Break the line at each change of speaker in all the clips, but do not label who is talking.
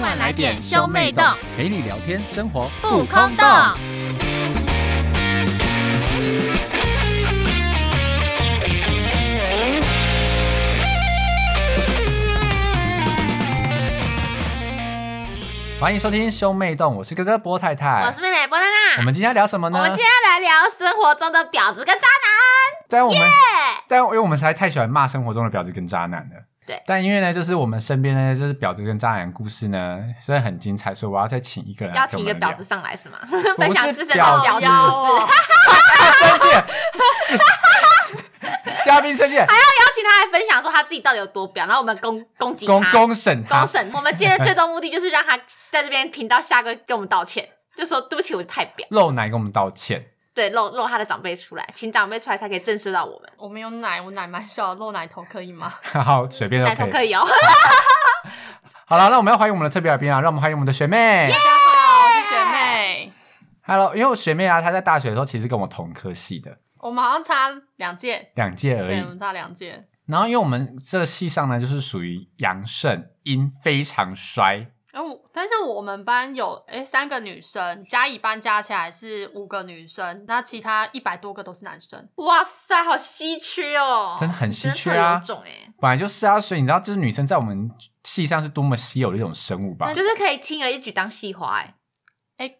快来点兄妹洞，
陪你聊天，生活
不空洞。
欢迎收听兄妹洞，我是哥哥波太太，
我是妹妹波娜娜。
我们今天要聊什么
我
呢？
们今天来聊生活中的婊子跟渣男。
但我们
耶！
但因为我们实在太喜欢骂生活中的婊子跟渣男了。
对
但因为呢，就是我们身边呢，就是婊子跟渣男的故事呢，真的很精彩，所以我要再请一个人
要
来跟
请
我
一
们
个婊
聊
子。上来是吗？
不
分
是
享自身的
婊
婊
子
子故事，
他生气了，是嘉宾生气 了，
邀请他来分享说他自己到底有多婊，然后我们攻攻击他。
公公审他
公，审，我们今天的最终目的就是让他在这边频道下跪跟我们道歉，就说对不起，我太婊，
露奶跟我们道歉。
对，露露他的长辈出来，请长辈出来才可以震慑到我们，
我没有奶，我奶蛮小的，露奶头可 以吗？
好，随便
奶
都
头
可
可
以。
以哦。
好了，那我们要欢迎我们的特别来宾啊，让我们欢迎我们的学妹。
大家好，我是学妹。
Hello，因为我学妹啊，她在大学的时候其实跟我同科系的
我们好像差两届，
两届而
对，
已
我。们差两届。
然后因为我们这系上呢，就是属于阳盛，阴非常衰，
然后我，但是我们班有诶、三个女生，甲乙班加起来是五个女生，那其他一百多个都是男生。
哇塞，好稀缺哦，
真的很稀缺啊
你真的很有种哎、
本来就是啊，所以你知道，就是女生在我们系上是多么稀有的一种生物吧
那？就是可以轻而易举当戏花哎、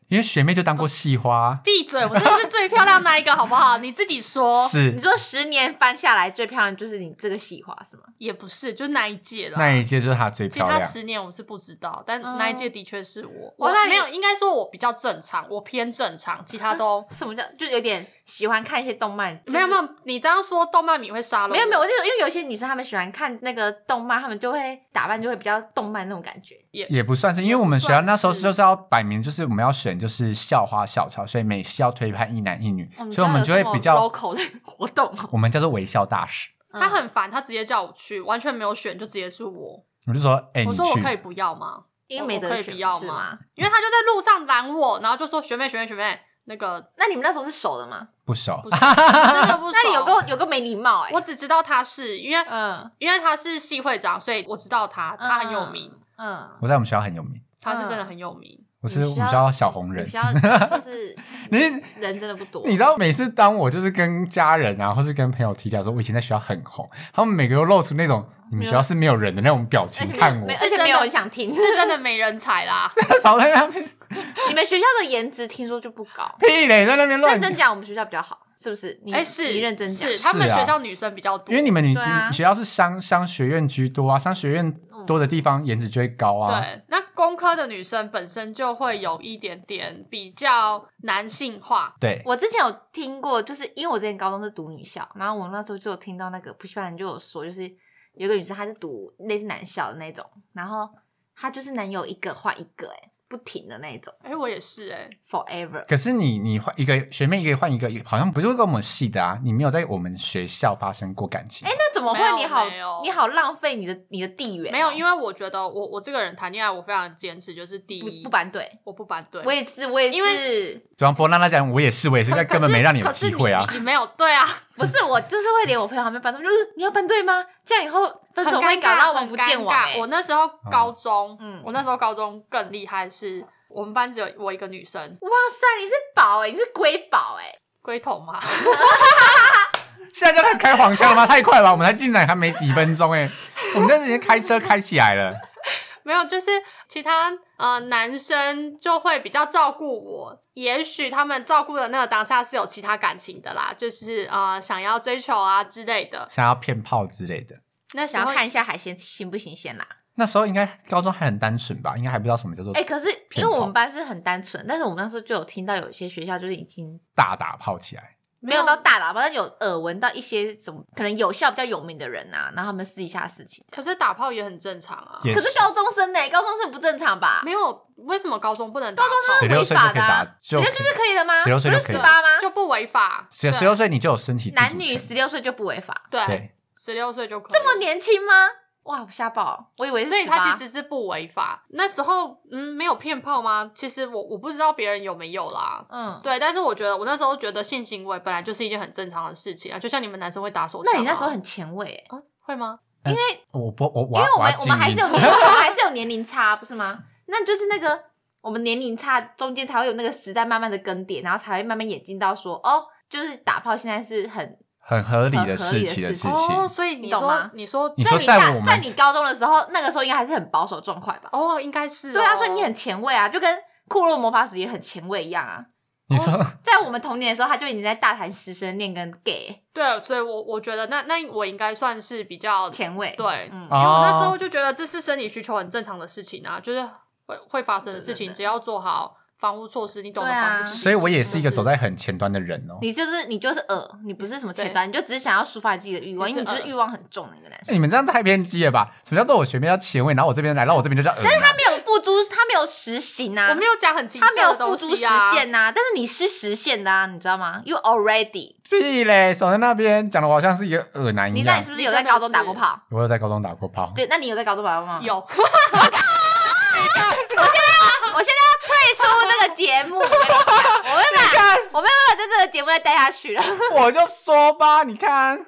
因为学妹就当过系花，
闭嘴！我真的是最漂亮那一个，好不好？你自己说。
你
是
说十年翻下来最漂亮就是你这个戏花是吗？
也不是，就是那一届了。
那一届就是她最
其实
漂
他
亮。
十年我是不知道，但
哦
那一届的确是我，
哇
我
那你
没有，应该说我比较正常，我偏正常，其他都
什么叫就有点喜欢看一些动漫？ 就是
没有没有，你这样说动漫迷会杀了我
没有没有，我就因为有一些女生她们喜欢看那个动漫，她们就会打扮就会比较动漫那种感觉。
也不算是，因为我们学校那时候
也不算是
就是要摆明，就是我们要选就是校花校草，所以每系要推派一男一女，
哦
哦所以我们就会比
有
较，
这么 local 的活动哦。
我们叫做微笑大使。
嗯
他很烦，他直接叫我去，完全没有选，就直接是我。
我就说，哎、
我
你
说我可
去，
以不要吗？
因为没
我
得
可以
选
不要
是吗？
因为他就在路上拦我，然后就说学妹学妹学妹，那个
那你们那时候是熟的吗？
不熟
不，是真的不熟。
那你有跟我有个没礼貌哎、
我只知道他是因为
嗯
因为他是系会长，所以我知道他，他很有名，
嗯，
我在我们学校很有名，
他是真的很有名。
我
你
是
需
我们
要
学校小红人
比。较就是
你
人真的不多。
你知道，每次当我就是跟家人啊，或是跟朋友提起来说我以前在学校很红，他们每个都露出那种你们学校是没有人的那种表情
而且
看我
没，有
是
而且
真
没有
的
很想听。
是真的没人才啦，
少在那边
你们学校的颜值听说就不高，
屁嘞，在那边 乱
认
讲
真。讲我们学校比较好，是不是？ 你
哎、是
你认真讲，
是他们
是啊
学校女生比较多，
因为你们女、
对啊嗯
女学校是商商学院居多啊，商学院多的地方颜值就会高啊。
对，那工科的女生本身就会有一点点比较男性化，
对，
我之前有听过，就是因为我之前高中是读女校，然后我那时候就有听到那个补习班就有说，就是有一个女生她是读类似男校的那种，然后她就是能有一个换一个、欸，不停的那种
哎、我也是哎、
，forever。
可是你你换一个学妹，一个换一个，好像不是跟我们系的啊。你没有在我们学校发生过感情，
哎、那怎么
没有
会？你好
没有，
你好浪费你的你的地缘哦、
没有，因
为
为我觉得我我这个人谈恋爱我非常坚持，就是第一
不不反对。
我不反对，
我也是，我也是，
因
就像波娜娜讲，我也是，我也是，
可
但根本没让你有
可是
机会啊
可。是你你你没有对啊，
不是我，就是会连我朋友还没班对，就是你要班对吗？ 这样以后分
很
手会
尴
搞
尬，
到
很
王不见王、
尴尬
欸。
我那时候高中，
嗯
嗯，我那时候高中更厉害是，我们班只有我一个女生，
哇塞，你是宝哎、你是瑰宝哎、
龟头嘛，
现在就开始开黄腔了吗？太快了吧，我们才进展还没几分钟哎、我们在直接开车开起来了。
没有，就是其他呃男生就会比较照顾我，也许他们照顾的那个当下是有其他感情的啦，就是呃想要追求啊之类的。
想要骗炮之类的。
那时
想
候
要看一下海鲜新不新鲜啦、
那时候应该高中还很单纯吧，应该还不知道什么叫做
哎、可是因
骗
为
炮
我们班是很单纯，但是我们那时候就有听到有一些学校就是已经
大打炮起来。
没有到大喇叭，但有耳闻到一些什么可能有校比较有名的人啊，然后他们私底下的事情。
可是打炮也很正常啊。
也
哦可是高中生呢、高中生不正常吧？
没有，为什么高中不能打炮？
高中
16
生是违法的、啊，
岁就可以打就
六岁就可以了吗？
16岁就
不
可以
是十
了
八吗？
就不违法？
十
对
十六岁你就有身体自主
啊男
权
女十六岁就不违法，
对，
对，
十六岁就可以。
这么年啊轻吗？哇，吓爆！我以为是
所以
18
他其实是不违法。那时候嗯，没有骗炮吗？其实我我不知道别人有没有啦。
嗯，
对，但是我觉得我那时候觉得性行为本来就是一件很正常的事情啊，就像你们男生会打手枪啊、
那你那时候很前卫、欸，
啊会吗？
我不我我
因为
要
我们
要
我
静
们还
音
是有年我们还是有年龄差，不是吗？那就是那个我们年龄差中间才会有那个时代慢慢的更迭，然后才会慢慢演进到说哦，就是打炮现在是很
很合理的
很合理
事情
的
事
事情
哦，
情。
所以你
懂
说
吗
你说
你说
你
在
大
我们
在你高中的时候，那个时候应该还是很保守状况吧？
哦，应该是哦
对啊，所以你很前卫啊，就跟库洛魔法使也很前卫一样啊。
你说
在我们童年的时候，他就已经在大谈师生恋跟 gay
对，所以我我觉得那那我应该算是比较
前卫，
对，
嗯，
因为我那时
哦
候，就觉得这是生理需求很正常的事情啊，就是会会发生的事
对
情，
对对
只要做好防护措施，你懂得
对啊
防护措施。
所以我也是一个
就
走在很前端的人哦。
你就是你就是恶，你不是什么前端，你就只是想要抒发自己的欲望，
你
因
是
为你就是
恶
欲望很重的一个男
哎
生。
你们这样太偏激了吧？什么叫做我学妹叫前卫，然后我这边来，然后我这边就叫耳呃男？
他没有付诸，他没有实行啊，
我没有讲很清楚
他没有付诸
东
实
西啊。
现呐、但是你是实现的啊，你知道吗？You already，
屁嘞，守在那边讲的我好像是一个耳男一
你那
样
你是。不是有在高中打过炮？
我有在高中打过炮，
对，那你有在高中打过炮吗？。
有，
我现在要退出这个节目，我跟你讲，我没办法，我没有办法在这个节目再待下去了。
我就说吧，你看，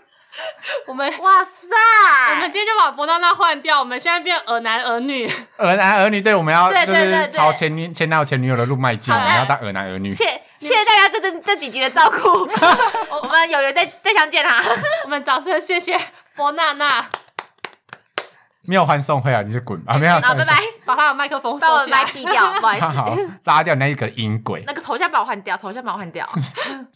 我们
哇
我们
塞！
今天就把伯娜娜换掉，我们现在变儿男儿女。
耳男儿女，对，我们要
对
就
对对
是
对
朝前女前男友前女友的路迈进，我
好
们要
的
当耳男儿 女。
谢谢谢大家这这这几集的照 顾，我们有缘再再相见啦。啊
我们掌声谢谢伯娜娜，
没有欢送会啊，你就滚吧，没有。
好，拜拜，
把她的麦克风
把我的
收起
麦
来。
闭掉，不好 意
好
思。
好拉掉那一个音轨，
那个头像把我换掉，头像把我换掉，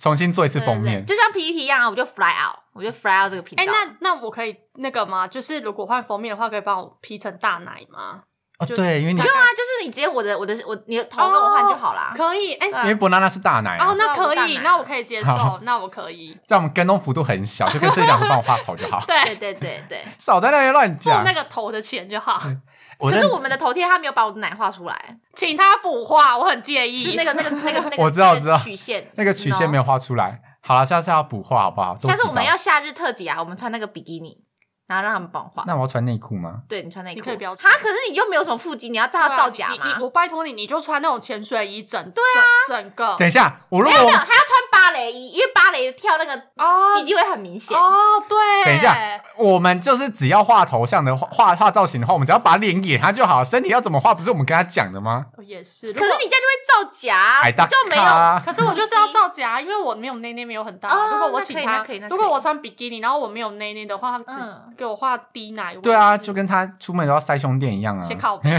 重新做一次
对
封
对
面
对。就像 PPT 一样啊，我就 fly out，我就 fly out 这个频道。
哎、那那我可以那个吗？就是如果换封面的话，可以帮我 P 成大奶吗？
哦，
就
对，因为你
大
不
概
用啊，就是你直接我的我的我你的头跟我换就好啦。
可以，哎、
对
因为伯娜娜是大奶啊
哦，，那
我大
可
奶
以，
啊
那我可以接
好
受，那我可以。，
在我们跟踪幅度很小，就跟设计讲说帮我画头就好
对
对，对对对。
少在那边乱
付
讲
那。个头的钱就
嗯
好，
我
哦可
认
是我们的头贴他没有把我的奶画出来，
请他补画，我很介
就是
意。
那个那个那个那 个
我知道
那
我
个
知道
曲线
那个曲线没有。画出来。好了，下次要补画好不好？
你知道吗下次
都
我
知道
们要夏日特辑啊，我们穿那个比基尼，然后让他们帮我画。
那我要穿内裤吗？
对你穿内裤，
你可以不要
哈
穿，
可是你又没有什么腹肌，你要照
对
他
啊
造假
你你
吗？
我拜托你，你就穿那种潜水衣整，对啊，整个
等一下，我如
没
果
有哦没有，他要穿芭蕾衣，因为芭蕾跳那个
哦
鸡鸡会很明显。
哦，对，
等一下，我们就是只要画头像的话画画造型的话，我们只要把脸演他就好，身体要怎么画不是我们跟他讲的吗？
哦也是。如
可
果
是你这样就会造假啊，
矮
你
大
就没有。
咖
可是我就是要造假，因为我没有内内没有很大啊。
哦
如果我请
那可
他
以那可以那，可以
如果我穿比基尼，然后我没有内内的话，他只
嗯
给我画低奶。
对啊，
我也是
就跟他出门都要塞胸垫一样啊。
先靠 背。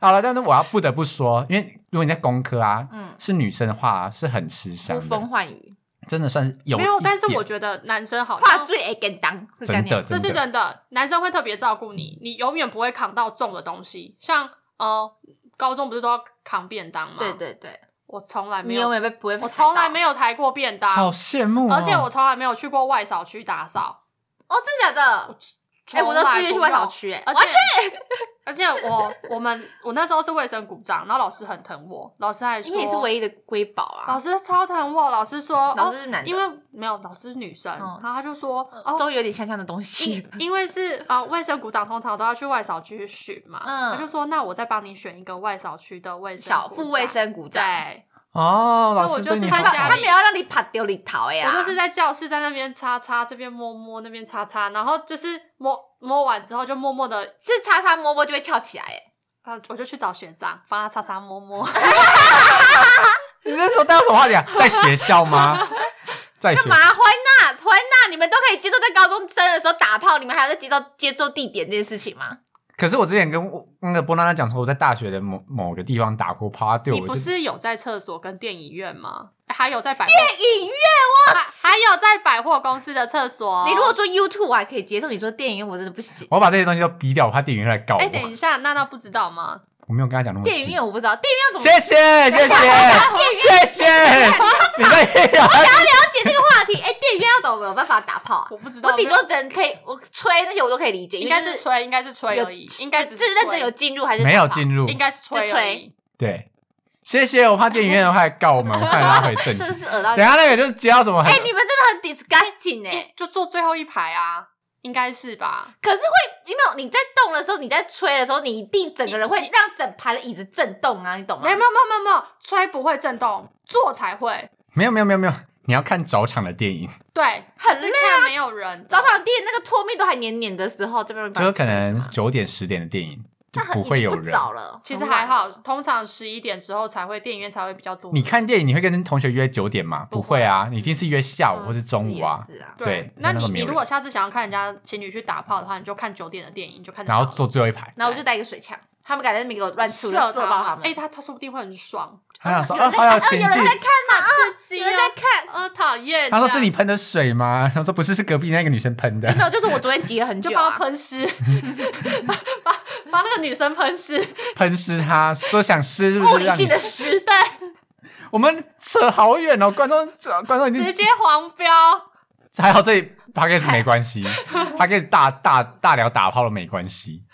好了，但是我要不得不说，因为如果你在工科啊，
嗯，
是女生的话、是很吃香
呼风
的，
唤雨，
真的算是有
没有，
一
但是
点
我觉得男生好
画
像。
最会跟当，是这
真
样
的
念
这
真
是
的，
真的，男生会特别照顾
嗯
你，你永远不会扛到重的东西。像呃，高中不是都要扛便当吗？
对，对对，
我从来没
你有
有
没，有被不会？
我从来没有抬过便当，
好羡慕、哦。
啊而且我从来没有去过外扫区打扫。
哦，真的假的？哎、我都自愿去外小
扫，
区、哎，
而
我要去
且 而且我我们我那时候是卫生股长，然后老师很疼我，老师还说
因为你是唯一的瑰宝啊
老。师超疼我，老师说
老师是男
哦，
的
因为没有老师是女生，
嗯
然后他就说
哦，
哦。
终于有点香香的东西
因。因为是啊，呃卫、生股长通常都要去外扫区选嘛，
嗯
他就说那我再帮你选一个外扫区的卫 生
小
股
腹
长
卫生鼓掌，
对，
哦，
所以
老
我
师
就
对
是
你
在
好
家
好
他没有让你爬丢里逃哎呀，
我就是在教室在那边擦擦，这边摸摸，那边擦擦，然后就是摸摸完之后就默默的，
是擦擦摸摸就会翘起来哎，
啊，我就去找学长帮他擦擦摸摸，
哎你是说大家什么话题 啊？在学校吗？在学
干嘛？Why not? Why not? 你们都可以接受在高中生的时候打炮，你们还要在接受接受地点这件事情吗？
可是我之前跟我那个波娜娜讲说，我在大学的某某个地方打过趴，她对
你
我
不
就是
有在厕所跟电影院吗？哎还有在百货，
影哎院，
还还有在百货公司的厕所。
你如
哦
果说 YouTube 我还可以接受，你说电影院我真的不行。
我把这些东西都逼掉，我怕店员来告我。
哎、等一下，娜娜不知道吗？
我没有跟他讲那么
电影
细。
院我不知道，电影院要怎
谢
么？
谢谢谢谢谢，你在
他了解这个话题，哎、电影院要怎么有办法打炮啊？
我不知道，
我顶多只能可以，我吹那些我都可以理解，
应
因
该
为
是
就
吹，应该是吹而已，应该只
是认
吹
真有，进入还是
没有
打炮
进入
应，该是吹而已
就吹
对，谢谢，我怕电影院的话来告我们，我怕拉回正
真 的
题。
是恶到
等一下那个就是接到什啊么很
哎、你们真的很 disgusting 哎、
哎就坐最后一排啊，应该是吧？
可是会，你没有你在动的时候，你在吹的时候，你一定整个人会让整排的椅子震动啊，你懂吗？
没有没有没有没有没有，吹不会震动，坐才会。
没有没有没有没有，你要看找场的电影，
对，
很
是
累
看没有人的，
早上店那个唾面都还黏黏的时候，这边会把
就
你
是可
吹
能
死吗
九点十点的电影，就
那很
不会有
已经不
人。
早了，
其实
很晚
还好，
了
通常十一点之后才会电影院才会比较多。
你看电影，你会跟同学约九点吗？
不
不
会
会啊，你一定是约下午
嗯
或是中午啊，
是也是啊，
对
那
那
你
个没
你
有
如果下次想要看人家情侣去打炮的话，你就看九点的电影，你就看得
然后
到
坐最后一排。
然后我就带一个水枪，他们敢在那边给我乱吃，我就
射
射爆他
哎、
们。
他他说不定会很爽，
他想说，
有
哦，
人在
好
看，
有情
哦有人
境。
在看嘛，
刺激
有人在看。
呃，讨厌。
他说
这
是
样
你喷的水吗？ 他说不是，是隔壁那个女生喷的。
没有，就是我昨天急了很
你就
久
帮
啊
他，喷湿，把把把那个女生喷湿，
喷湿他，说想湿是
物
不是
理
让
性
你
的？湿，
对，
我们扯好远哦，观众，这观众已
直
经
接黄标。
还好这里 p a c k a g e 没关系 p a c k a g e 大大大聊打炮了没关系，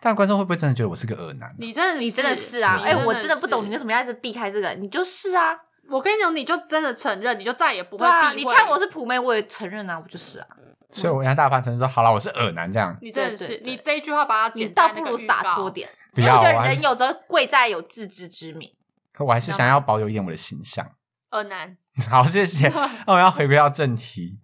但观众会不会真的觉得我是个恶男？
嗯
你真的是，
你真的是啊！
你
哎，
真的
我真的不懂你为
是。
什么要一直避开这个，你就是啊，
我跟你讲，你就真的承认，你就再也不会
对啊，
避讳。嗯
你呛我，是普妹，我也承认啊，我就是啊，
所以我让大潘承认说，好了，我是恶男，这样
你真的
对对
是，
对
你这一句话把它
你
剪在
倒
那个
不如
预
洒
告
脱。点。
不
因为我
要，
觉
我
得
还
人
是
有着贵在有自知之明，
可我还是想要保有一点我的形象。
二男，
好，谢谢。那我要回归到正题。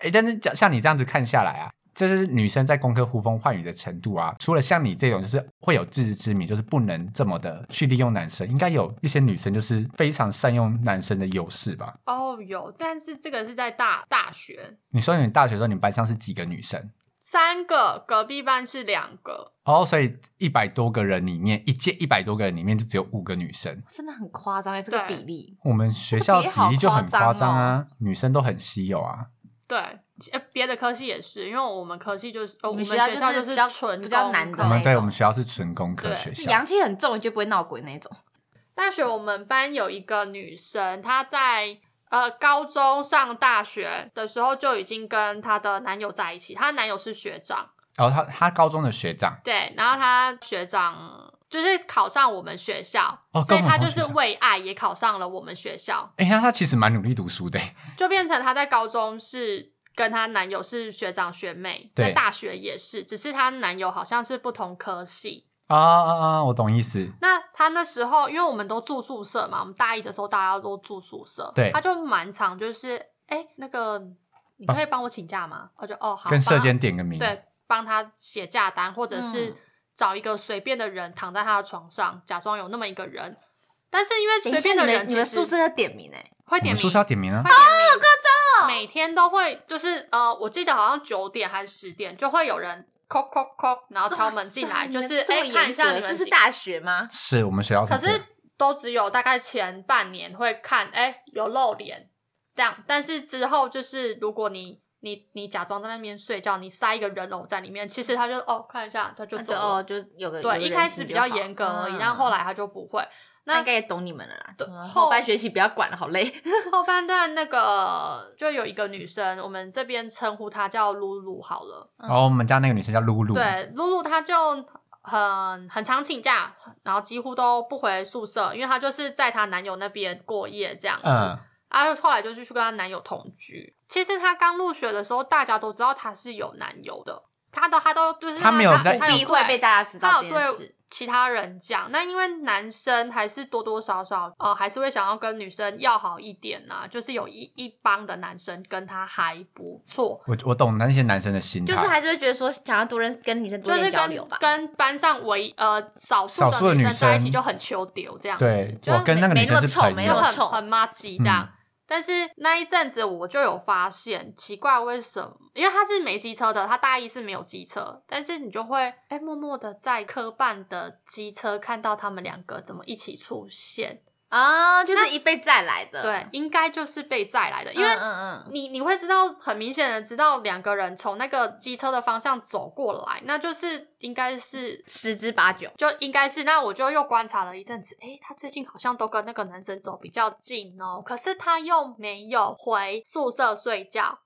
哎、但是像像你这样子看下来啊，就是女生在攻克呼风唤雨的程度啊，除了像你这种就是会有自知之明，就是不能这么的去利用男生，应该有一些女生就是非常善用男生的优势吧？
哦有，但是这个是在大大学，
你说你大学的时候，你们班上是几个女生？
三个隔壁班是两个，
哦，所以一百多个人里面，一届一百多个人里面就只有五个女生。
真的很夸张哎，这个
对
比例。
我们学校
这个比例
比
好
例就很夸张
夸
啊，女生都很稀有啊。
对，呃别的科系也是，因为我们科系就是，哦我
你
们
们
学
学校
校
就是
是
比较
纯
比较
工
难的
科
我们
那
对
种
我们学校是纯工科
对
学校，
阳气很重，你就不会闹鬼那种。
大学我们班有一个女生，她在呃高中上大学的时候就已经跟她的男友在一起，她的男友是学长，
然后她她高中的学长。
对，然后她学长就是考上我们学校，
哦
所以
跟我们
她就
同学
是
校
为爱也考上了我们学校，
哎、那她其实蛮努力读书的欸，
就变成她在高中是。跟她男友是学长学妹，
对
在大学也是，只是她男友好像是不同科系。
啊啊啊！我懂意思，
那她那时候，因为我们都住宿舍嘛，我们大一的时候大家都住宿舍，
对
她就蛮常就是，哎、那个你可以帮我请假吗？我就哦
啊
好，
跟
帮
射
她
箭点个名。
对，帮她写假单，或者是
嗯
找一个随便的人躺在她的床上，假装有那么一个人。但是因为随便
等
的
一下
人
你
其
们你们
实
宿舍要点名哎，
会
我
点
们
名，
宿舍要点名啊
会！点名，每天都会就是呃，我记得好像九点还是十点就会有人。叩叩叩，然后 敲门进来，就是
哇塞
哎、
你们这么
看一下
严格
你们
这是
几
大学吗？
是我们学校
可
这样
是都只有大概前半年会看，哎、有露脸这样，但是之后就是如果你你你假装在那边睡觉，你塞一个人偶在里面，其实他就哦看一下他就
那
走
就
了。
哦，就有个有个
对，一
人
开
性
始比
就
较
好
严格而已，
嗯
但后来他就不会。
他
那
应该也懂你们了啦。
对
嗯
后
后半学期不要管了，好 累。
后半段那个就有一个女生，我们这边称呼她叫露露好了。
然哦后我们家那个女生叫露露，
对，露露她就很很常请假，然后几乎都不回宿舍，因为她就是在她男友那边过夜这样子。
嗯，
啊，后来就去跟她男友同居。其实她刚入学的时候，大家都知道她是有男友的，她都她都就是
她没有在
不
她
避讳被大家知道
她
这
有
件
对
事。
其他人讲。那因为男生还是多多少少呃，还是会想要跟女生要好一点呐、就是有一一帮的男生跟她还不错。
我我懂那些男生的心
就
态，
是还是会觉得说，想要多认识跟女生
就
多一
是
点交
跟
流吧。
跟班上唯呃少数
少数
的
的
女
女
生在一起
生
就很求丢这样子，
对
就
我跟那个
没
女生
没那么
是
丑
朋
没
就
那
友
么，
很
臭
很妈鸡这样。但是那一阵子我就有发现，奇怪为什么？因为他是没机车的，他大一是没有机车，但是你就会哎、默默的在科办的机车看到他们两个怎么一起出现，
啊，就是一辈再来的。
对，应该就是被载来的，
嗯，
因为
嗯嗯
你你会知道，很明显的知道两个人从那个机车的方向走过来，那就是应该是
十之八九。
就应该是，那我就又观察了一阵子，诶，她最近好像都跟那个男生走比较近哦，可是她又没有回宿舍睡觉，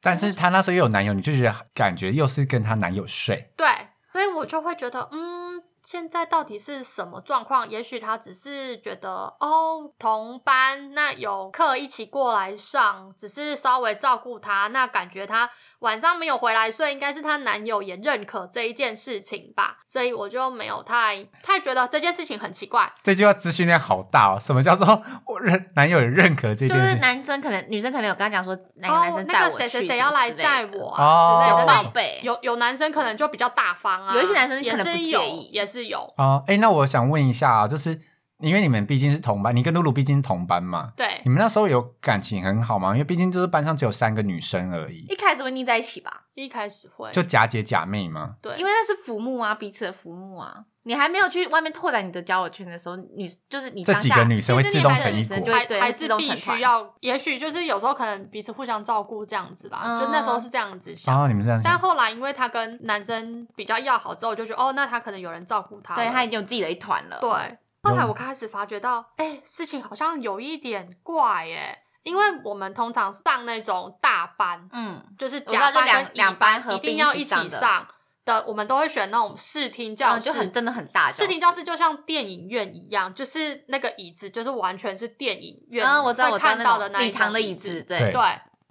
但是她那时候又有男友，你就觉得感觉又是跟她男友睡，
对，所以我就会觉得，嗯，现在到底是什么状况？也许她只是觉得，哦，同班那有课一起过来上，只是稍微照顾她，那感觉她晚上没有回来睡，应该是她男友也认可这一件事情吧，所以我就没有太太觉得这件事情很奇怪。
这句话资讯量好大哦。什么叫做我认男友也认可这
就
件
是
事？
男生可能女生可能有跟他讲说哪个男
哦
生，载
那
我
个
去
谁谁谁
什么
要来
之类
载
的
我
哦
啊之类的，
有
那
报备，
有有男生可能就比较大方啊，
有一些男生
也
可能不
是
介
有
意，
也是有，
哦，哎，那我想问一下啊，就是因为你们毕竟是同班，你跟露露毕竟是同班嘛，
对
你，们那时候有感情很好吗？因为毕竟就是班上只有三个女生而已，
一开始会腻在一起吧，
一开始会
就假姐假妹嘛。
对，
因为那是浮木啊，彼此的浮木啊。你还没有去外面拓展你的交友圈的时候，女就是你
这
当
几
下
个女生会
就是
自
你
动
还是
成一
女生
股
就
还
会对
还
自
是
动
必
成团
须要，也许就是有时候可能彼此互相照顾这样子啦，
嗯
就那时候是这样子
然
想。
后哦你们这样
但
想，
后来，因为他跟男生比较要好之后，我就觉得哦，那他可能有人照顾他了。
对他已经有自己的一团了。
对。后来我开始发觉到，哎、事情好像有一点怪耶、因为我们通常上那种大班，
嗯，
就是
知道
甲
就
班
两
跟乙
两班合
一定
并
要
一
一
起上
起
的
上的，我们都会选那种视听
然
教
后
室，
就很真的很大。
视听教室就像电影院一样，就是那个椅子，就是完全是电影院
嗯，我知道，
会
我知道
看到的
那
那
种
一
礼堂的
种
椅
子
子，。
对
对，
对，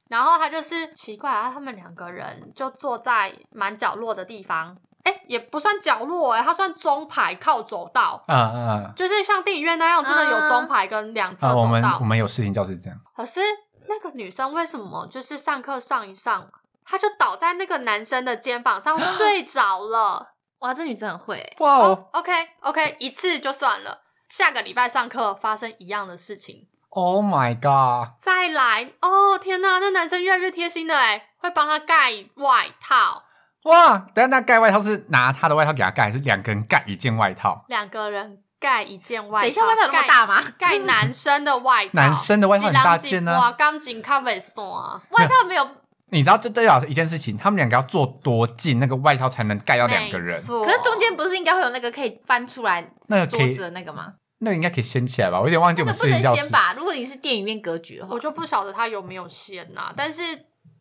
然后他就是奇怪啊，他们两个人就坐在蛮角落的地方，哎，也不算角落哎、他算中排靠走道，
嗯嗯嗯
就是像电影院那样，真的有
嗯
中排跟两侧
嗯，我
走
们
道。
我们有事情就是这样。
可是那个女生为什么就是上课上一上，她就倒在那个男生的肩膀上睡着了？
哇，这女生很会欸，
哇
哦、o k OK，一次就算了。下个礼拜上课发生一样的事情，
，Oh my god！
再来哦，天哪，那男生越来越贴心了哎，会帮他盖外套，
哇，但那盖外套是拿他的外套给他盖，还是两个人盖一件外套？
两个人盖一件外套。
等一下外套有那么大吗？
盖？盖男生的外套，
男生的外套很大件呢、
哇，啊钢筋看不松啊，
外套没有，
你知道这代表一件事情，他们两个要做多近，那个外套才能盖到两个人
没，错
可是中间不是应该会有那个可以翻出来
那个可
桌
以
子的那个吗？
那个应该可以掀起来吧？我有点忘记
那
我们
个不
视频
能
教
先
室。
吧？如果你是电影院格局的话
我，就不晓得他有没有线呐、但是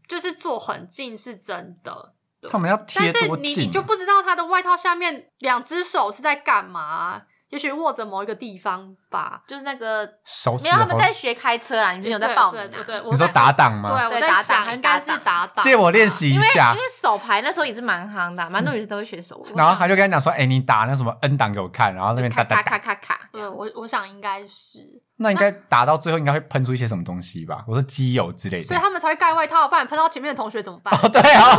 就是坐很近是真的，
他们要
但
贴
是
多
你
近啊
你就不知道他的外套下面两只手是在干嘛啊，也许握着某一个地方吧。
就是那个
手指
没有他们
头
在学开车啦，你们有在报名
对对对，
啊？
我
你说
在
打档
对
吗？
我
对
在
打
想
档
应该是 打档，
借我练习
因
一
为
下
因为。手牌那时候也是蛮夯的，啊蛮多女生都会学
嗯
手牌。
啊 然后他就跟他讲说：“哎、你打那什么 N 档给我看。”然后那边打
咔
打
咔
打
咔，咔咔，
对我我想应该是，
那应该打到最后应该会喷出一些什么东西吧？我说机油之类
所以
的。
他们才会盖外套，不然喷到前面的同学怎么办？
哦，对啊，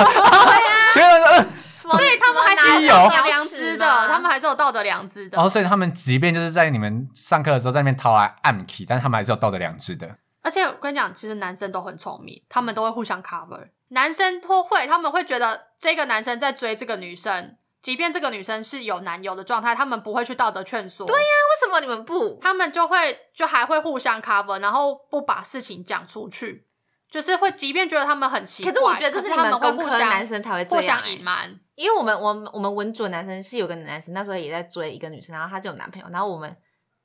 所以呃
所以他们还是
机
有
油
道德良 知的，他们还是有道德良知的。
然后所以他们即便就是在你们上课的时候在那边掏来暗 key，但是他们还是有道德良知的。
而且我跟你讲，其实男生都很聪明，他们都会互相 cover。男生都会，他们会觉得这个男生在追这个女生，即便这个女生是有男友的状态，他们不会去道德劝说。对呀、
为什么你们不？
他们就会就还会互相 cover，然后不把事情讲出去，就是会，即便觉得他们很奇怪，
可是我觉得这
可
是
是
你
他们会
工
互
科
相
男生才会这
互
样
相
欸
隐，瞒。
因为我们我们我们文组的男生是有个男生那时候也在追一个女生，然后他就有男朋友，然后我们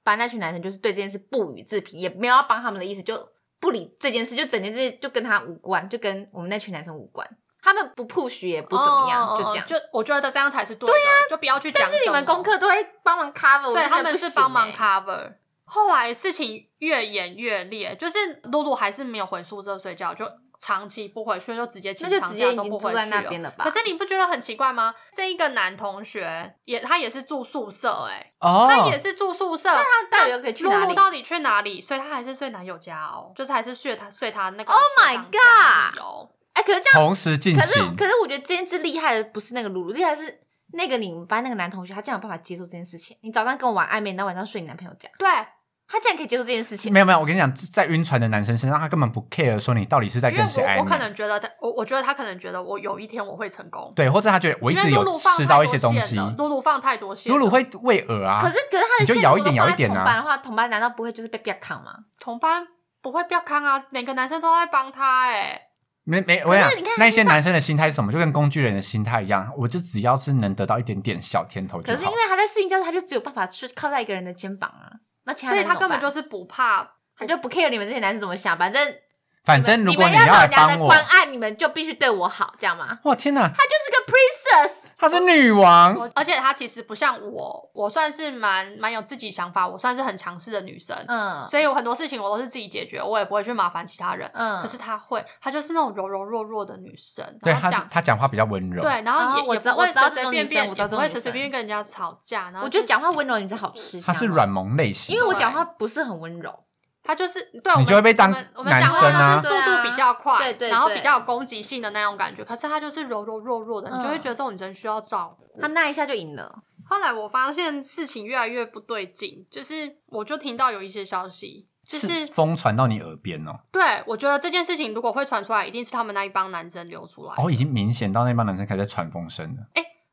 班那群男生就是对这件事不予置评，也没有要帮他们的意思，就不理这件事，就整件事就跟他无关，就跟我们那群男生无关，他们不 push 也不怎么样，
哦
就这样。
就我觉得这样才是对的，对呀、就不要去讲
但
什么。
是你们功课都会帮忙 cover，我
对
就觉得
他们
不
是
行
帮忙
欸
cover。后来事情越演越烈，就是露露还是没有回宿舍睡觉，就长期不回去，就直接请
那就
长
直
假
接已
都
经
不
住
回去
在那
了
边了吧？
可是你不觉得很奇怪吗？这一个男同学也他也是住宿舍、欸，
哦，
他也是住宿舍，
他到底又可以去
露
哪
露
里
到底去哪里？所以他还是睡男友家哦，就是还是睡他睡他那个
Oh my
学长家
God
里哦。
哎、可是这样，
同时进
可是
行。
可是我觉得这件事厉害的不是那个露露，厉害的是那个你们班那个男同学，他竟然有办法接受这件事情。你早上跟我玩暧昧，然后晚上睡你男朋友家，
对，
他竟然可以接受这件事情。
没有没有，我跟你讲，在晕船的男生身上，他根本不 care 说你到底是在
因为
跟谁暧昧，
我我可能觉得他，我我觉得他可能觉得我有一天我会成功，
对，或者他觉得我一
因
直
为露
有
露放
吃
太
到
多
一些东西
线，了露露放太多线
露
了，
露会喂饵啊。
可是可是他的
你就
线
摇
如
一
果
点摇一
放在
点啊
同班的话，同班难道不会就是被别扛吗？
同班不会不要康啊，每个男生都在帮他哎、
没没，
可
我
是
想
你看
那些
像
男生的心态是什么，就跟工具人的心态一样，我就只要是能得到一点点小甜头就
可是
好
因。为他在适应教室，他就只有办法去靠在一个人的肩膀啊。那其他
所以
男
他
生
根本
怎么办
就是不怕。
他就不 care 你们这些男生怎么想，反正
反正如
你
果
们
你
要
来
老娘
帮
的
我
关，爱，你们就必须对我好，这样吗？
哇天哪，
他就是个 princess，
他她是女王，
我而且她其实不像我，我算是蛮蛮有自己想法，我算是很强势的女生，
嗯
所以有很多事情我都是自己解决，我也不会去麻烦其他人。
嗯，
可是她会，她就是那种柔柔弱弱的女生，
对
然后
她
讲
她讲话比较温柔，
对，然
啊
后也、
我
也
知道
不
我
会
知道
随
这
随
种
便
女生
便，
我知道这
也不
种
会
女
随随
生
便便跟人家吵架。然后
我觉得
就是
讲话温柔女生好吃香
她
哦，
是软萌类型
因
的，欸
为我讲话不是很温柔，
他就是对啊我们
就会被当
我们我们讲
男
话
生啊
就是速度比较快，
对对
然后
对
比较有攻击性的那种感觉。可是他就是柔柔弱弱的，你就会觉得这种女生需要照顾。
她那一下就赢了。
嗯后来我发现事情越来越不对劲，就是我就听到有一些消息，就是
风传到你耳边哦，
对我觉得这件事情如果会传出来，一定是他们那一帮男生流出来。
哦，已经明显到那帮男生开始在传风声了，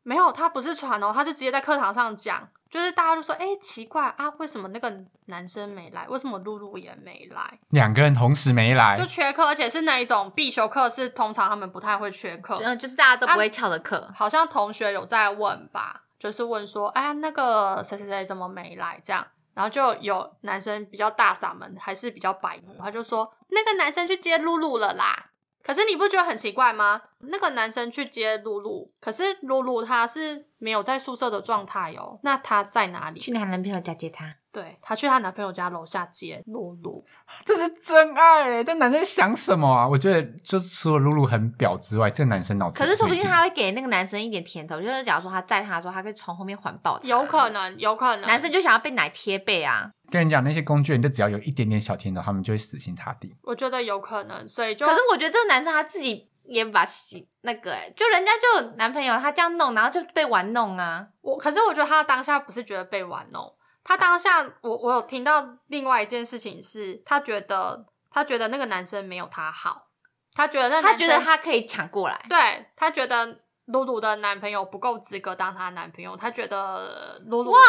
没有，他不是传哦，他是直接在课堂上讲，就是大家就说，哎、奇怪啊，为什么那个男生没来？为什么露露也没来？
两个人同时没来
就，缺课，而且是那一种必修课，是通常他们不太会缺课。
嗯，就是大家都不会翘的课，
好像同学有在问吧，就是问说，哎呀，那个谁谁谁怎么没来？这样，然后就有男生比较大嗓门，还是比较白目，他就说那个男生去接露露了啦。可是你不觉得很奇怪吗？那个男生去接露露，可是露露她是没有在宿舍的状态哦，那她在哪
去
里？
你男朋友家接她，
对，她去她男朋友家楼下接露 露。
这是真爱欸！这男生想什么啊？我觉得就除了露露很婊之外，这男生脑子
可是说不
最
定
近
他会给那个男生一点甜头，就是假如说他载他的时候，他可以从后面环抱他，
有可能，有可能，
男生就想要被奶贴背啊。
跟你讲，那些工具人，就只要有一点点小甜头，他们就会死心塌地。
我觉得有可能，所以就
可是我觉得这个男生他自己也把喜那个、欸，就人家就有男朋友，他这样弄，然后就被玩弄啊。
我可是我觉得他当下不是觉得被玩弄，他当下我我有听到另外一件事情是，他觉得他觉得那个男生没有他好，他觉得那
他
男
觉
生
得他可以抢过来，
对他觉得露露的男朋友不够资格当她男朋友，他觉得露露
哇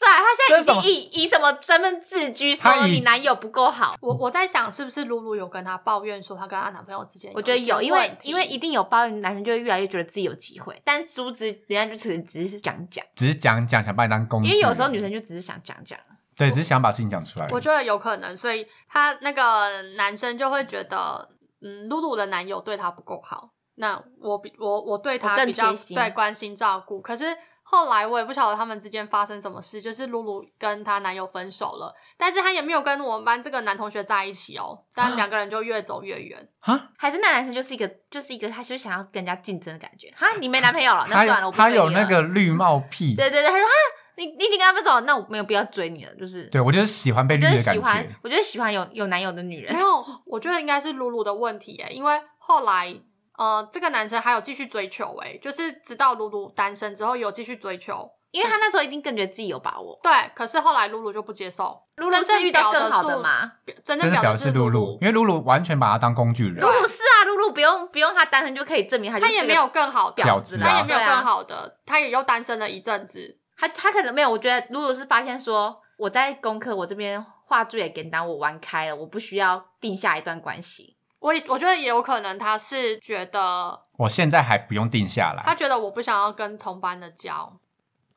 塞，他
这是
现
什
在
么
已经以以什么身份自居，说
他以
你男友不够好。
我我在想是不是露露有跟她抱怨说她跟她男朋友之间
我觉得
一些
有，因为
问题
因为一定有抱怨，男生就会越来越觉得自己有机会，但殊不知人家就只只是想讲，
只是讲讲，想把你当工具
因
人。
为有时候女生就只是想讲讲。
对，只是想把事情讲出来。
我觉得有可能，所以他那个男生就会觉得，嗯，露露的男友对他不够好，那我比我我对
我
他
更
比较
贴心
对关心照顾。可是后来我也不晓得他们之间发生什么事，就是露露跟她男友分手了，但是她也没有跟我们班这个男同学在一起哦，但两个人就越走越 远。
啊，
还是那男生就是一个，就是一个，他就是想要跟人家竞争的感觉。哈，你没男朋友了，那
他
算了，
有
我不
他
追
有
你
那
了
个绿帽癖，
对对对，他说哈，你你已经跟他分手了，那我没有必要追你了，就是
对我就是喜欢被
我
绿
就是
的感
喜欢
觉。，
我就是喜欢有有男友的女人
没。有，我觉得应该是露露的问题耶，因为后来呃，这个男生还有继续追求哎，就是直到露露单身之后有继续追求。
因为他那时候一定更觉得自己有把握。
对，可是后来露露就不接受，
露露是遇到更好的嘛？
真
真正
的
表
表
的
示
是
露
露
露，因为露露完全把他当工具人
露。露是啊，露露不用不用她单身就可以证明她就
他
是
也
个
没有更好的，
婊子啊
他也没有
对啊
更好的，他也又单身了一阵子。
她她可能没有。我觉得露露是发现说我在功课我这边画最也简单，我玩开了，我不需要定下一段关系。
我也我觉得也有可能他是觉得
我现在还不用定下
他
来，
觉得我不想要跟同班的交，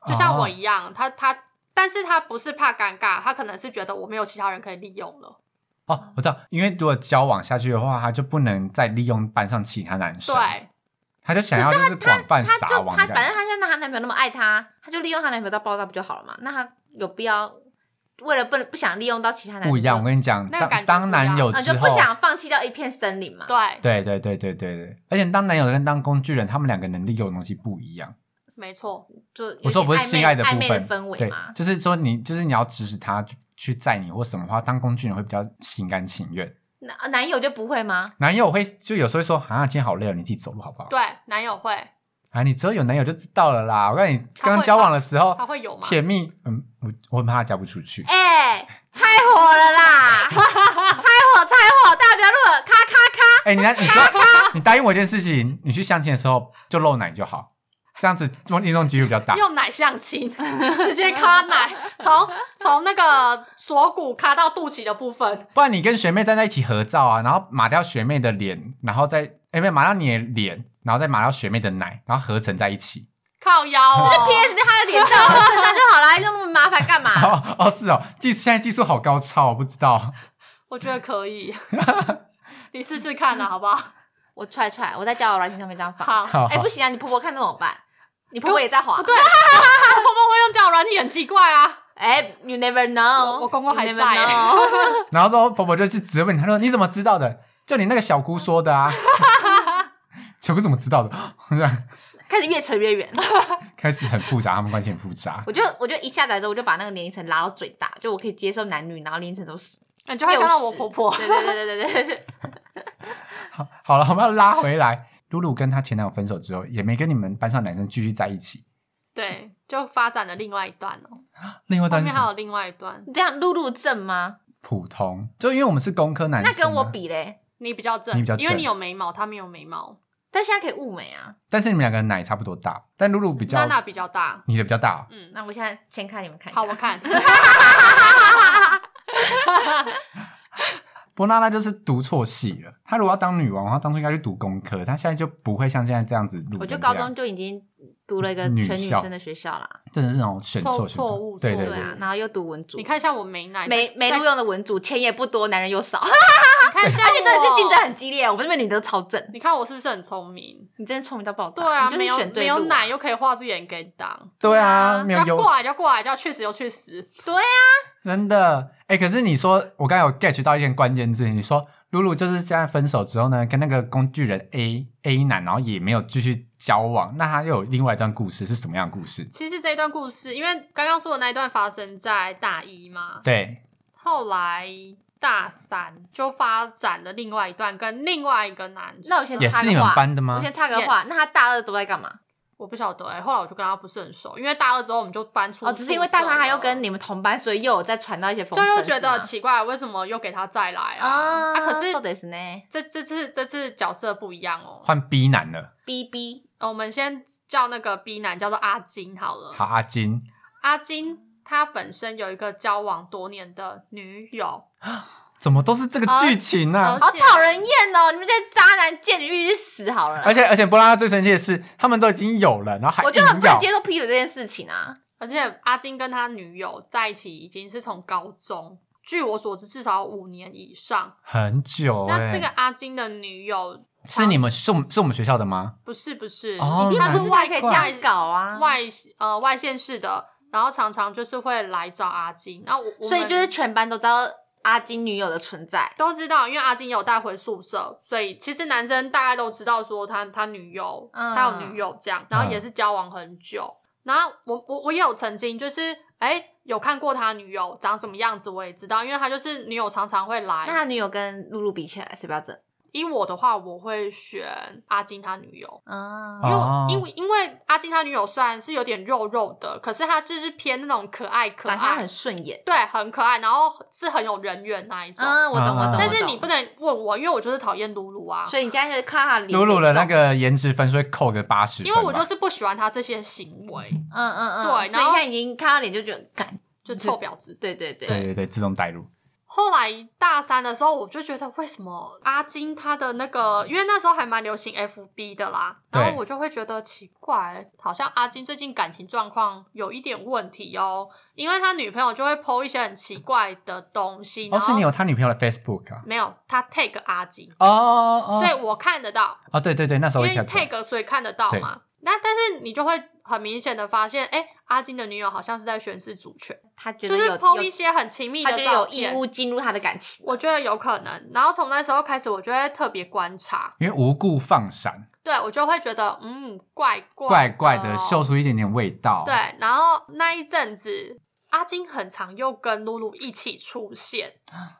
就像我
哦
一样，他他，但是他不是怕尴尬，他可能是觉得我没有其他人可以利用了。
哦，我知道，因为如果交往下去的话，他就不能再利用班上其他男生，
对，
他就想要就是广泛
她
撒
就
网
她
的
反
感
正
觉。
她现在她男朋友那么爱她，她就利用她男朋友到爆炸不就好了嘛？那她有必要为了不能不想利用到其他男
不一样，我
嗯、
跟你讲，
那个感
当
觉
当男友
呃就
之
不
后，
想放弃掉一片森林嘛？
对，啊
对对对对对对，而且当男友跟当工具人，他们两个能力有的东西不一样。
没错，
就有
我说
点
不是
暧昧
性爱的部
暧昧的
分，
氛围
对
嘛，？
就是说你就是你要指使他去去载你或什么的话，当工具人会比较心甘情愿。
男男友就不会吗？
男友会就有时候会说啊，今天好累哦，你自己走路好不好？
对，男友会，
啊，你只要有男友就知道了啦。我告诉你，
他会
刚交往
哦
的时候
他会有吗？
甜蜜，嗯，我我很怕他嫁不出去。
哎、拆火了啦！ 拆火，拆火，大家不要录了，咔咔咔！
哎、你你你知道你答应我一件事情，你去相亲的时候就露奶就好，这样子命中几率比较大。
用奶相亲，直接卡奶，从从那个锁骨卡到肚脐的部分，
不然你跟学妹站在一起合照啊，然后抹掉学妹的脸，然后再哎没有抹掉你的脸，然后再抹掉学妹的奶，然后合成在一起。
靠腰哦。
P.S. 他的脸照我身上就好啦，那么麻烦干嘛？
哦哦是哦，技现在技术好高超，我不知道。
我觉得可以， 你试试看啊，好不好？
我踹踹，我在交友软件上面这样放。
好，
好
哎、不行啊，你婆婆看那怎么办？你婆婆也在滑，
不对，我婆婆会用交友软体很奇怪啊。
哎，You never know，
我我公公还
You never
在欸
know
然后之后婆婆就去直问你，她说你怎么知道的？就你那个小姑说的啊。 小姑怎么知道的？这样
开始越扯越远。
开始很复杂，他们关系很复杂。
我就我就一下载之后，我就把那个年龄层拉到最大，就我可以接受男女，然后年龄层都是。
你就会看到我婆婆，
对对对对对对，
好，好了，我们要拉回来。露露跟她前男友分手之后，也没跟你们班上男生继续在一起。
对，就发展了另外一段哦。
另外一
后
段是
面
什么
还有另外一段，
你这样露露正吗？
普通，就因为我们是工科男生、啊，
那跟我，比嘞，
你比较正，
你比较正
因为你有眉毛，他没有眉毛，
但现在可以物美啊。
但是你们两个奶差不多大，但露露比较
娜，娜比较大。
你的比较大哦、
嗯，
那我现在先看你们看一下，
好，啊我 看
波娜娜就是读错戏了。她如果要当女王，她当初应该去读工科，她现在就不会像现在这样子录。
我就高中就已经读了一个
女
全女
校
生的学校啦，
真的是那种选错
错
选错
错误
对
错
对
对
对，
啊，然后又读文组，
你看一下我眉奶，
没没
再
录用的文组，钱也不多，男人又 少，
你看一下，
而且真的是竞争。很激烈，哦我们这边女的都超正，
你看我是不是很聪明？
你真的聪明到爆炸，
对啊，
你就是
没有
选
没
对
有
路啊
奶又可以画出眼给你当，
对啊，没有
叫
优
过来
势，
就过来，叫去死就去死。
对啊，
真的。哎、可是你说，我刚才有 get 到一件关键字，你说露露就是现在分手之后呢，跟那个工具人 A A 男，然后也没有继续交往，那他又有另外一段故事，是什么样的故事？
其实这一段故事，因为刚刚说的那一段发生在大一嘛，
对，
后来大三就发展了另外一段跟另外一个男生。
那我先
也
插
是
个
你们
话
班的
我
吗？
先插个话
Yes
那他大二都在干嘛？
我不晓得哎、后来我就跟他不是很熟，因为大二之后我们就搬出
哦，只是因为大三他
还
又跟你们同班，所以又有再传到一些风
就
声，
又觉得
是吗
奇怪，为什么又给他再来啊？
啊，
可是
说的是呢
这这次这次角色不一样哦。
换 B 男了，
，B B
呃我们先叫那个 B 男叫做阿金好了。
好阿金，
阿金他本身有一个交往多年的女友，
怎么都是这个剧情啊呢、
而
好
且
讨人厌哦！你们这些渣男贱女欲去死好了。
而且而且波拉拉最生气的是，他们都已经有了，然后还
我就
硬
很不
要
能接受劈腿这件事情啊！
而且阿金跟他女友在一起已经是从高中，据我所知至少有五年以上。
很久、欸。
那这个阿金的女友
是你们是我们是我们学校的吗？
不是不是，
哦
他
不
是
是
外
还可以
怪
这样搞啊，
外呃外县市的，然后常常就是会来找阿金。那我我
所以
们
就是全班都知道阿金女友的存在。
都知道，因为阿金有带回宿舍，所以其实男生大概都知道说他他女友，
嗯
他有女友这样，然后也是交往很久。然后我我我也有曾经就是哎、有看过他女友长什么样子，我也知道，因为他就是女友常常会
那他
来。
女友跟露露比起来，谁比较正？
依我的话，我会选阿金他女友，
啊
因为我、
哦
因为因为阿金他女友虽然是有点肉肉的，可是她就是偏那种可爱可
长相
爱
很，顺眼。
对，很可爱，然后是很有人缘那一种。
嗯，我
啊
懂我懂。
但是你
我
不
懂，
能问我，因为我就是讨厌露露啊。
所以你现在就看他脸
露露的那
被
个颜值分数会扣个八十，
因为我就是不喜欢他这些行为，
送，嗯嗯嗯，
对
所以
然后
你现在已经看他脸就觉得，干，
就臭婊子。
对对对
对对对，自动带入。
后来大三的时候，我就觉得为什么阿金他的那个，因为那时候还蛮流行 FB 的啦，
对
然后我就会觉得奇怪，好像阿金最近感情状况有一点问题哦，因为他女朋友就会 PO 一些很奇怪的东西，
哦，
然
所以
后
你有他女朋友的 Facebook 啊？
没有他 tag 阿金，
哦哦哦
所以我看得到，
哦，对对对，那时候
因为
会跳出来
tag 所以看得到嘛。那但是你就会很明显的发现，哎，阿金的女友好像是在宣示主权。
他觉
就
得
是
有
PO
有
一些很亲密
他
的
就
照
有义
片，
务进入他的感情。
我觉得有可能。然后从那时候开始，我就会特别观察，
因为无故放闪，
对我就会觉得，嗯，怪怪
怪怪
的
的，
哦
嗅出一点点味道。
对，，然后那一阵子，阿金很常又跟露露一起出现，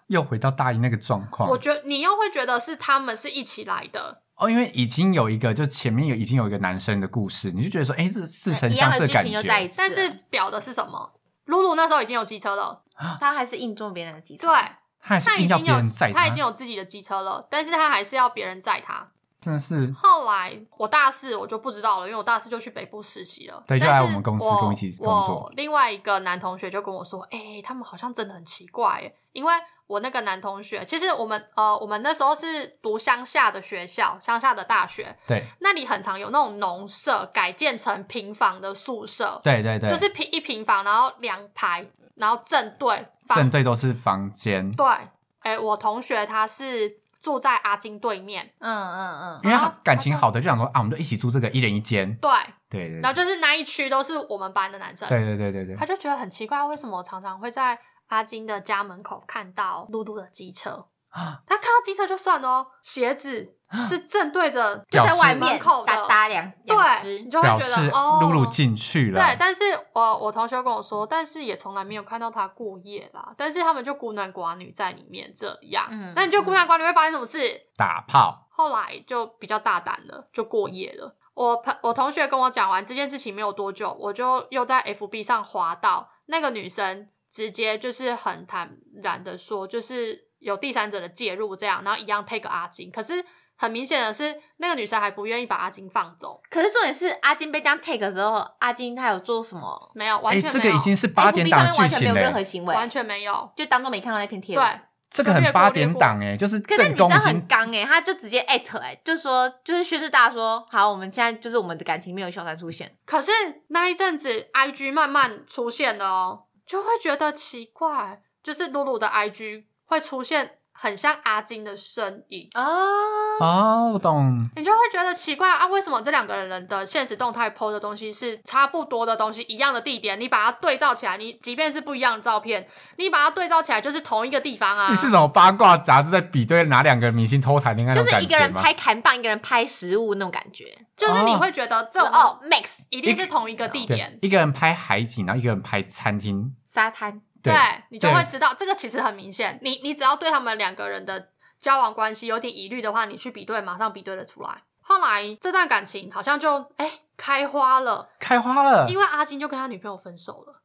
又回到大一那个状况
我。觉得你又会觉得是他们是一起来的，
哦，因为已经有一个，就前面有已经有一个男生的故事，你就觉得说，哎，这似曾
一
相
样
识
的剧
感
情又再一
觉。
次了，
但是表的是什么？露露那时候已经有机车了，
他还是硬撞别人的机车。
对，
他还
他
是
已
硬要
经
别
有
人载
他已经有自己的机车了，但是他还是要别人载他。
真的是
后来我大四我就不知道了，因为我大四就去北部实习了。
对就
但是
来我们公司跟我一起工作
我另外一个男同学就跟我说：“哎、他们好像真的很奇怪耶，因为我那个男同学，其实我们呃，我们那时候是读乡下的学校，乡下的大学，
对
那里很常有那种农舍改建成平房的宿舍，
对对对，
就是平一平房，然后两排，然后正对房
正对都是房间，
对。哎、我同学他是住在阿金对面，
嗯嗯嗯，
因为
啊
他感情好的就想说啊，我们就一起住这个一人一间，
对。
对对，
然后就是那一区都是我们班的男生，
对对对对对
他，就觉得很奇怪，为什么我常常会在阿金的家门口看到露露的机车？
啊
他看到机车就算了哦，鞋子是正对着就
表
在
示
外门口
打
的，
打两两
对，
只
你，就会
表
觉
示
得哦，
露露进去了，
对，但是我我同学跟我说，但是也从来没有看到他过夜啦。但是他们就孤男寡女在里面这样，
嗯
那你就孤男寡女会发生什么事？
打炮，
后来就比较大胆了，就过夜了。我朋我同学跟我讲完这件事情没有多久，我就又在 FB 上滑到那个女生，直接就是很坦然的说，就是有第三者的介入这样，然后一样 take 阿金，可是很明显的是，那个女生还不愿意把阿金放走，
可是重点是阿金被这样 take 的时候，阿金他有做什么？
没有，完
哎，
全没有，
这个已经是八点
FB
档
上
的
面
剧情欸
完全没有任何
嘞，
行为，
完全没有，
就当做没看到那篇贴文。
对。
这个很
略过
八
略
点
过
档哎，就是
可是
正
你这
宫
样
已
很
经
刚哎、他就直接艾特哎，就说就是宣誓大说，好，我们现在就是我们的感情没有小三出现，
可是那一阵子，IG 慢慢出现了哦，就会觉得奇怪，就是露露的 IG 会出现很像阿金的身影，
哦，
哦，我懂，
你就会觉得奇怪啊，为什么这两个人的现实动态 PO 的东西是差不多的东西，一样的地点，你把它对照起来，你即便是不一样的照片，你把它对照起来就是同一个地方啊。
你是什么八卦杂志在比对哪两个明星偷谈恋爱
就
那种
是
感
一个
觉
人
吗？
拍砍棒，一个人拍食物那种感觉，
就是你会觉得这
就
种
哦，max
一定是同一个地
对
点，，
一个人拍海景，然后一个人拍餐厅，
沙滩，
对
你就会知道这个其实很明显。你你只要对他们两个人的交往关系有点疑虑的话，你去比对，马上比对得出来。后来这段感情好像就哎、开花了，
开花了，
因为阿金就跟他女朋友分手了。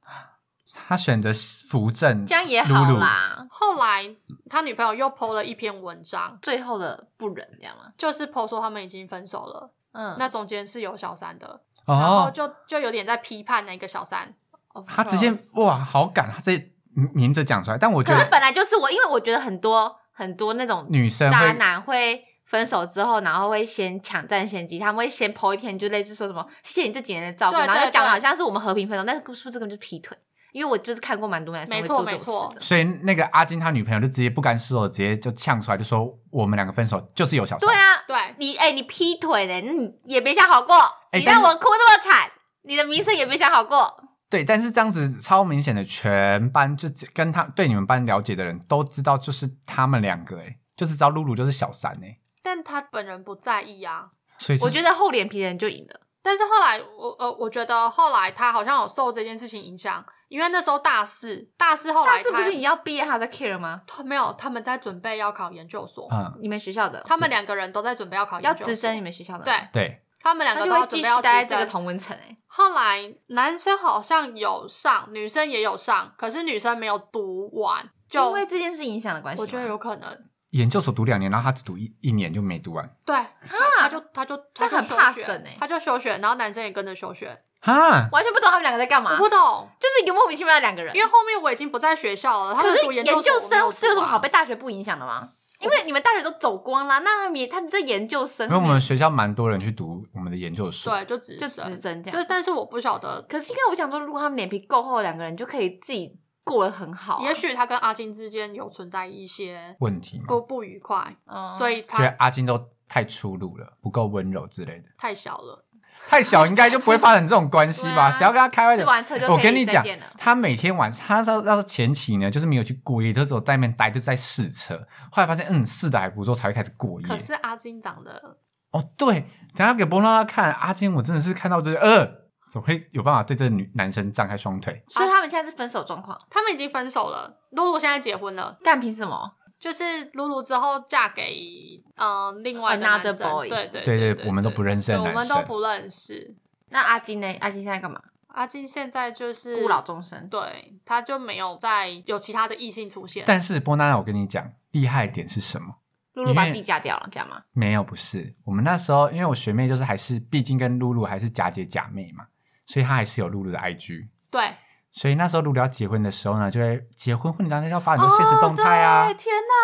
他选择扶正，
这样也好
露露
啦。
后来他女朋友又 PO 了一篇文章，
最后的不忍，这样吗？
就是 PO 说他们已经分手了，
嗯，
那中间是有小三的，然后
哦，
就就有点在批判那个小三。
哦
他直接
不知道
哇，好感，他这明着讲出来，但我觉
可是
得
本来就是我，因为我觉得很多很多那种
女生
渣
会
男会分手之后，然后会先抢占先机，他们会先剖一篇，就类似说什么谢谢你这几年的照顾，
对
然后就
对
讲得
对
好像是我们和平分手，但是是不是根本就是劈腿？因为我就是看过蛮多男生
没
会
错
做这种
没错
事 的。
所以那个阿金他女朋友就直接不甘示弱，直接就呛出来，就说我们两个分手就是有小三。
对啊，
对，
你哎、你劈腿的，你也别想好过，
哎
你
但
让
是
我哭那么惨，你的名声也别想好过。
对但是这样子超明显的，全班就只跟他对你们班了解的人都知道，就是他们两个哎、就是知道露露就是小三哎、
但他本人不在意啊。
所以、
我觉
得
得厚脸皮的人就赢了。
但是后来，我呃，我觉得后来他好像有受这件事情影响，因为那时候大四，大四后
但
来
是
他
不是你要毕业还在 care 吗？
他没有，他们在准备要考研究所，
嗯
你们学校的
他们两个人都在准备要考
要
研究所，
直升你们学校的吗，
对
对，
他们两
他
个
就
都要
会继
准
续
备要
待在
直
这个
升。
同文层哎、
后来男生好像有上，女生也有上，可是女生没有读完，
因
就
为这件事影响的关系吗，
我觉得有可能，
研究所读两年，然后他只读一一年就没读完
对，他就他就他
这
就
很
休
怕
学
生欸
他就休学，然后男生也跟着休学，
哈。
完全不懂他们两个在干嘛，
我不懂，
就是一个莫名其妙的两个人。
因为后面我已经不在学校了，他
可
们
是
读
研
究所我没
生是有什
读
么
啊
好被大学不影响的吗？因为你们大学都走光啦，那他们也他们这研究生，
因为我们学校蛮多人去读我们的研究所，
对，就只
就直
升
升这
就
样。
但是我不晓得，
可是因为我想说，如果他们脸皮够厚，两个人就可以自己过得很好啊、
也许他跟阿金之间有存在一些
问题嘛，
不不愉快，
嗯，
所以
觉得
他
阿金都太粗鲁了，不够温柔之类的。
太小了。
太小应该就不会发展这种关系
对
吧？
啊
谁要跟他开玩
试
笑？
完车就可以
我跟你
再
讲
见了，
他每天晚上，他到到前期呢，就是没有去过夜，就只有在那边待，就在试车。后来发现，嗯，试的还不错，才会开始过夜
可。是阿金长得
哦，对，等一下给波娜看阿金，我真的是看到这个，呃，怎么会有办法对这个女男生张开双腿？
所以他们现在是分手状况，
他们已经分手了，露露现在结婚了，
干凭什么？
就是露露之后嫁给嗯、呃另外的
Another
男生，
boy
对对
对
对
对我们都不认识的
对我
男
们
生
都不认识。
那阿金呢？阿金现在干嘛？
阿金现在就是
孤老，终生。
对，他就没有再有其他的异性出现。
但是波娜，我跟你讲，厉害的点是什么？
露露把
因为
自己嫁掉了，这样吗？
没有，不是我们那时候，因为我学妹就是还是，毕竟跟露露还是假姐假妹嘛，所以她还是有露露的 IG。
对，
所以那时候如果要结婚的时候呢，就会结婚婚礼当天要发很多现实动态啊。
哦对天哪！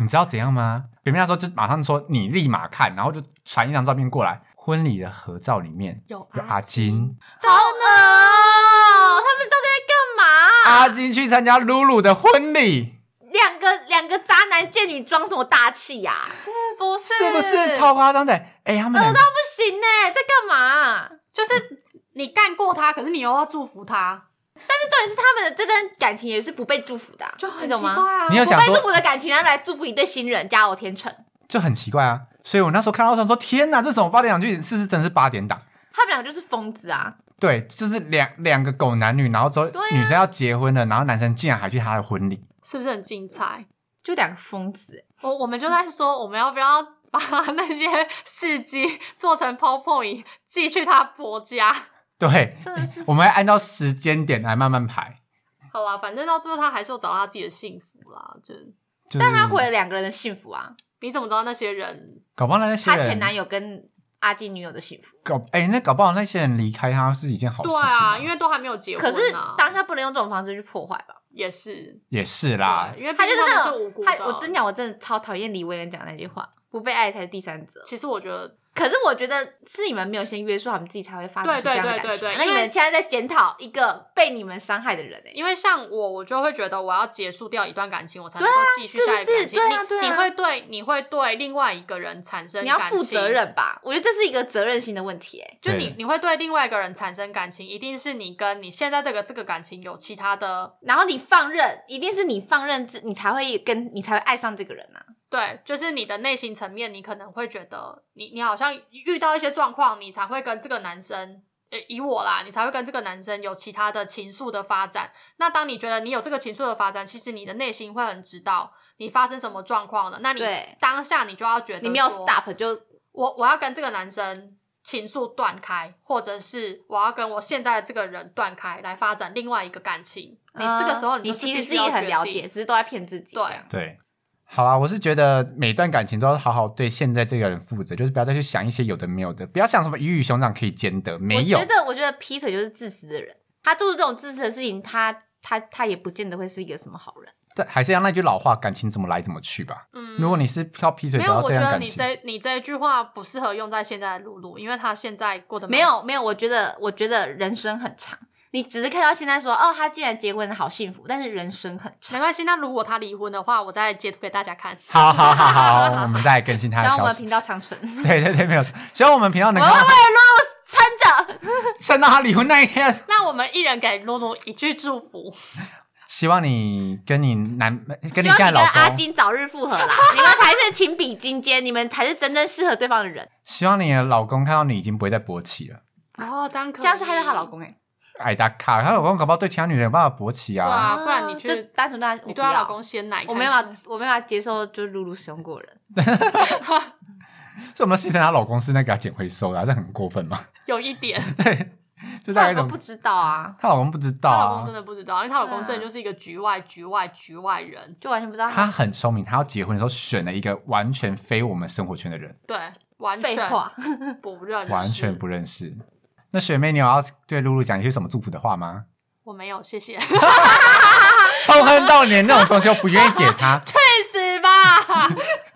你知道怎样吗？表妹那时候就马上说你立马看，然后就传一张照片过来，婚礼的合照里面
有
有阿金，
好恶哦！他们到底在干嘛？
阿金去参加露露的婚礼，
两个两个渣男贱女装什么大气啊呀、
是不是？
是不是超夸张的？哎、他们两个
欸不行呢、在干嘛、
就是你干过他，可是你又要祝福他，
重点是他们的这段感情也是不被祝福的啊、
就很
你
奇
懂
怪
吗
啊。
你有
不
想
被
说
祝福的感情，然后来祝福一对新人，加我天成。
就很奇怪啊。所以我那时候看到，我想说，天哪，这什么八点档剧？是不是真的是八点档？
他们两个就是疯子啊！
对，就是两两个狗男女，然后之后
对啊
女生要结婚了，然后男生竟然还去她的婚礼，
是不是很精彩？
就两个疯子，欸
我我们就在说，我们要不要把那些事迹做成 PowerPoint 寄去他伯家？
对，
真的 是
我们会按照时间点来慢慢排。
好啦，反正到最后他还是有找到他自己的幸福啦。就
就是、
但他毁了两个人的幸福
嗯
啊！
你怎么知道那些人？
搞不好那些
他
人
前男友跟阿基女友的幸福，
搞哎、那搞不好那些人离开他哦是一件好事
对
情、
啊，因为都还没有结婚、
可
啊。
是当下不能用这种方式去破坏吧？
也是
也是啦
对，因为毕
他就
竟
是那
他
种
们是无辜
他
的。啊
我真讲，我真的超讨厌李维恩讲那句话：“不被爱才是第三者。
其实我觉得”
可是我觉得是你们没有先约束，他们自己才会发展
对
出这样的感
对对对
情。啊
对
那你
因为
们现在在检讨一个被你们伤害的人、欸，
因为像我，我就会觉得我要结束掉一段感情，我才能
对
够
啊
继续下一段感情。
是不是对啊
你
对啊
你会对你会对另外一个人产生
你要
感
负
情
责，任啊吧？我觉得这是一个责任心的问题、欸，
就
对
你你会对另外一个人产生感情，一定是你跟你现在这个这个感情有其他的
然后你放任，一定是你放任自，你才会跟你才会爱上这个人啊。
对，就是你的内心层面，你可能会觉得你你好像遇到一些状况，你才会跟这个男生。呃，以我啦，你才会跟这个男生有其他的情愫的发展。那当你觉得你有这个情愫的发展，其实你的内心会很知道你发生什么状况了。那你
对
当下你就要觉得
你没有
说
stop 就
我我要跟这个男生情愫断开，或者是我要跟我现在的这个人断开，来发展另外一个感情。你这个时候
嗯你
就是
其
必
实
须
自己
要
很
决
了
定
解，，只是都在骗自己。
对啊
对。好啦，我是觉得每段感情都要好好对现在这个人负责，就是不要再去想一些有的没有的，不要想什么鱼与熊掌可以兼得，没有
我觉。得我觉得劈腿就是自私的人，他做出这种自私的事情，他他他也不见得会是一个什么好人。
这还是要那句老话，感情怎么来怎么去吧。
嗯，
如果你是靠劈腿
没
得
有，
到
我
这
觉
样
得
感
你
情，
这你这一句话不适合用在现在的露露，因为她现在过得蛮
没有没有，我觉得我觉得人生很长，你只是看到现在说哦，他竟然结婚了好幸福，但是人生很长。
没关系。那如果她离婚的话，我再截图给大家看。
好好好好，我们再来更新他 的
然后我
消
们
息。
频道长存，我
对对对，没有错。希望我们频道能
们
够
会为了露露撑着。
撑到他离婚那一天。
那我们一人给露露一句祝福。
希望你跟你男跟
希
你现
望你
在
跟
老
阿
公，
金早日复 合啦！你们才是情比金坚，你们才是真正适合对方的人。
希望你的老公看到你已经不会再勃起了。
哦， 这样可以
这样是害到她老。公哎、
矮达卡，她老公搞不好对其他女人有办法勃起
对
啊。
啊不然你去
就单纯对她，
你
我不
对
要
她老公先奶看
我
看，
没啊办法，我没办法接受，就是露露使用过人。
所以我们牺牲她老公是那个捡回收的、啊，这很过分嘛？
有一点，
就大概
她老
一种
公不知道啊，
她老公不知道
她老公
啊
真，的不知道，因为她老公真
对
的
啊
就是一个局外、局外、局外人。
就完全不知道
她
她
很聪明，她要结婚的时候选了一个完全非我们生活圈的人，
对，完
废
全
话。
不认识，
完全不认识。那学妹，你有要对露露讲一些什么祝福的话吗？
我没有，谢 谢，
痛恨到连那种东西都不愿意给她。
去死吧！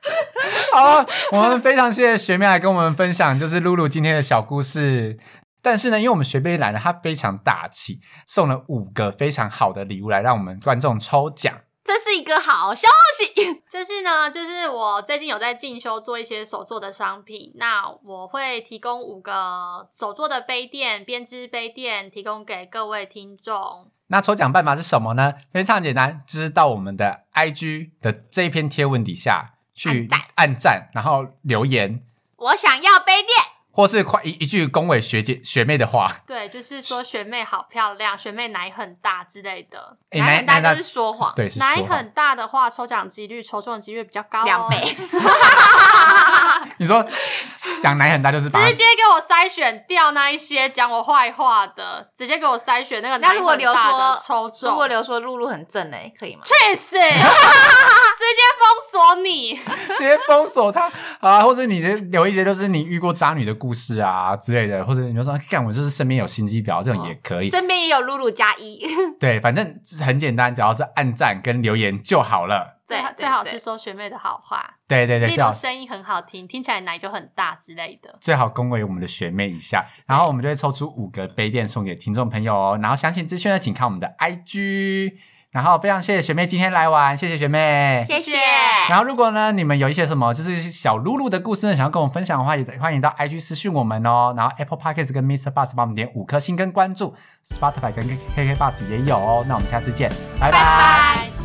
好，我们非常谢谢学妹来跟我们分享，就是露露今天的小故事。但是呢，因为我们学妹来了，她非常大气，送了五个非常好的礼物来让我们观众抽奖。
这是一个好消息，
就是呢，就是我最近有在进修做一些手做的商品，那我会提供五个手做的杯垫、编织杯垫，提供给各位听众。
那抽奖办法是什么呢？非常简单，就是到我们的 IG 的这一篇贴文底下去
按赞
按赞，然后留言，
我想要杯垫，
或是快一一句恭维学姐学妹的话。
对，就是说学妹好漂亮，学妹奶很大之类的，
诶
男人大
哎那
家就是说谎，
对是
奶
说谎
很大的话，抽奖几率、抽中的几率比较高、哦，
两倍。
你说想奶很大就是把它
直接给我筛选掉那一些讲我坏话的，直接给我筛选那个
那如果
奶很大的
刘说
抽中，
如果刘说露露很正哎、可以吗？
去 死，直接封锁你。
直接封锁他啊，或者你这留一些就是你遇过渣女的故事啊之类的，或者你就说干我就是身边有心机婊
哦
这种也可以，
身边也有露露加一，
对，反正很简单，只要是按赞跟留言就好了。
最好
对对
最好
对
是说学妹的好话，
对对对，
例
最好
如声音很好听，听起来奶就很大之类的。
最好恭维我们的学妹一下，然后我们就会抽出五个杯垫送给听众朋友哦。然后详情资讯呢，请看我们的 IG。然后非常谢谢学妹今天来玩，谢谢学妹。
谢谢。
然后，如果呢，你们有一些什么就是小露露的故事呢，想要跟我们分享的话，也欢迎到 IG 私讯我们哦。然后 Apple Podcast 跟 Mr. Bus 帮我们点五颗星跟关注，Spotify 跟 KK Bus 也有哦。那我们下次见，拜拜
拜拜。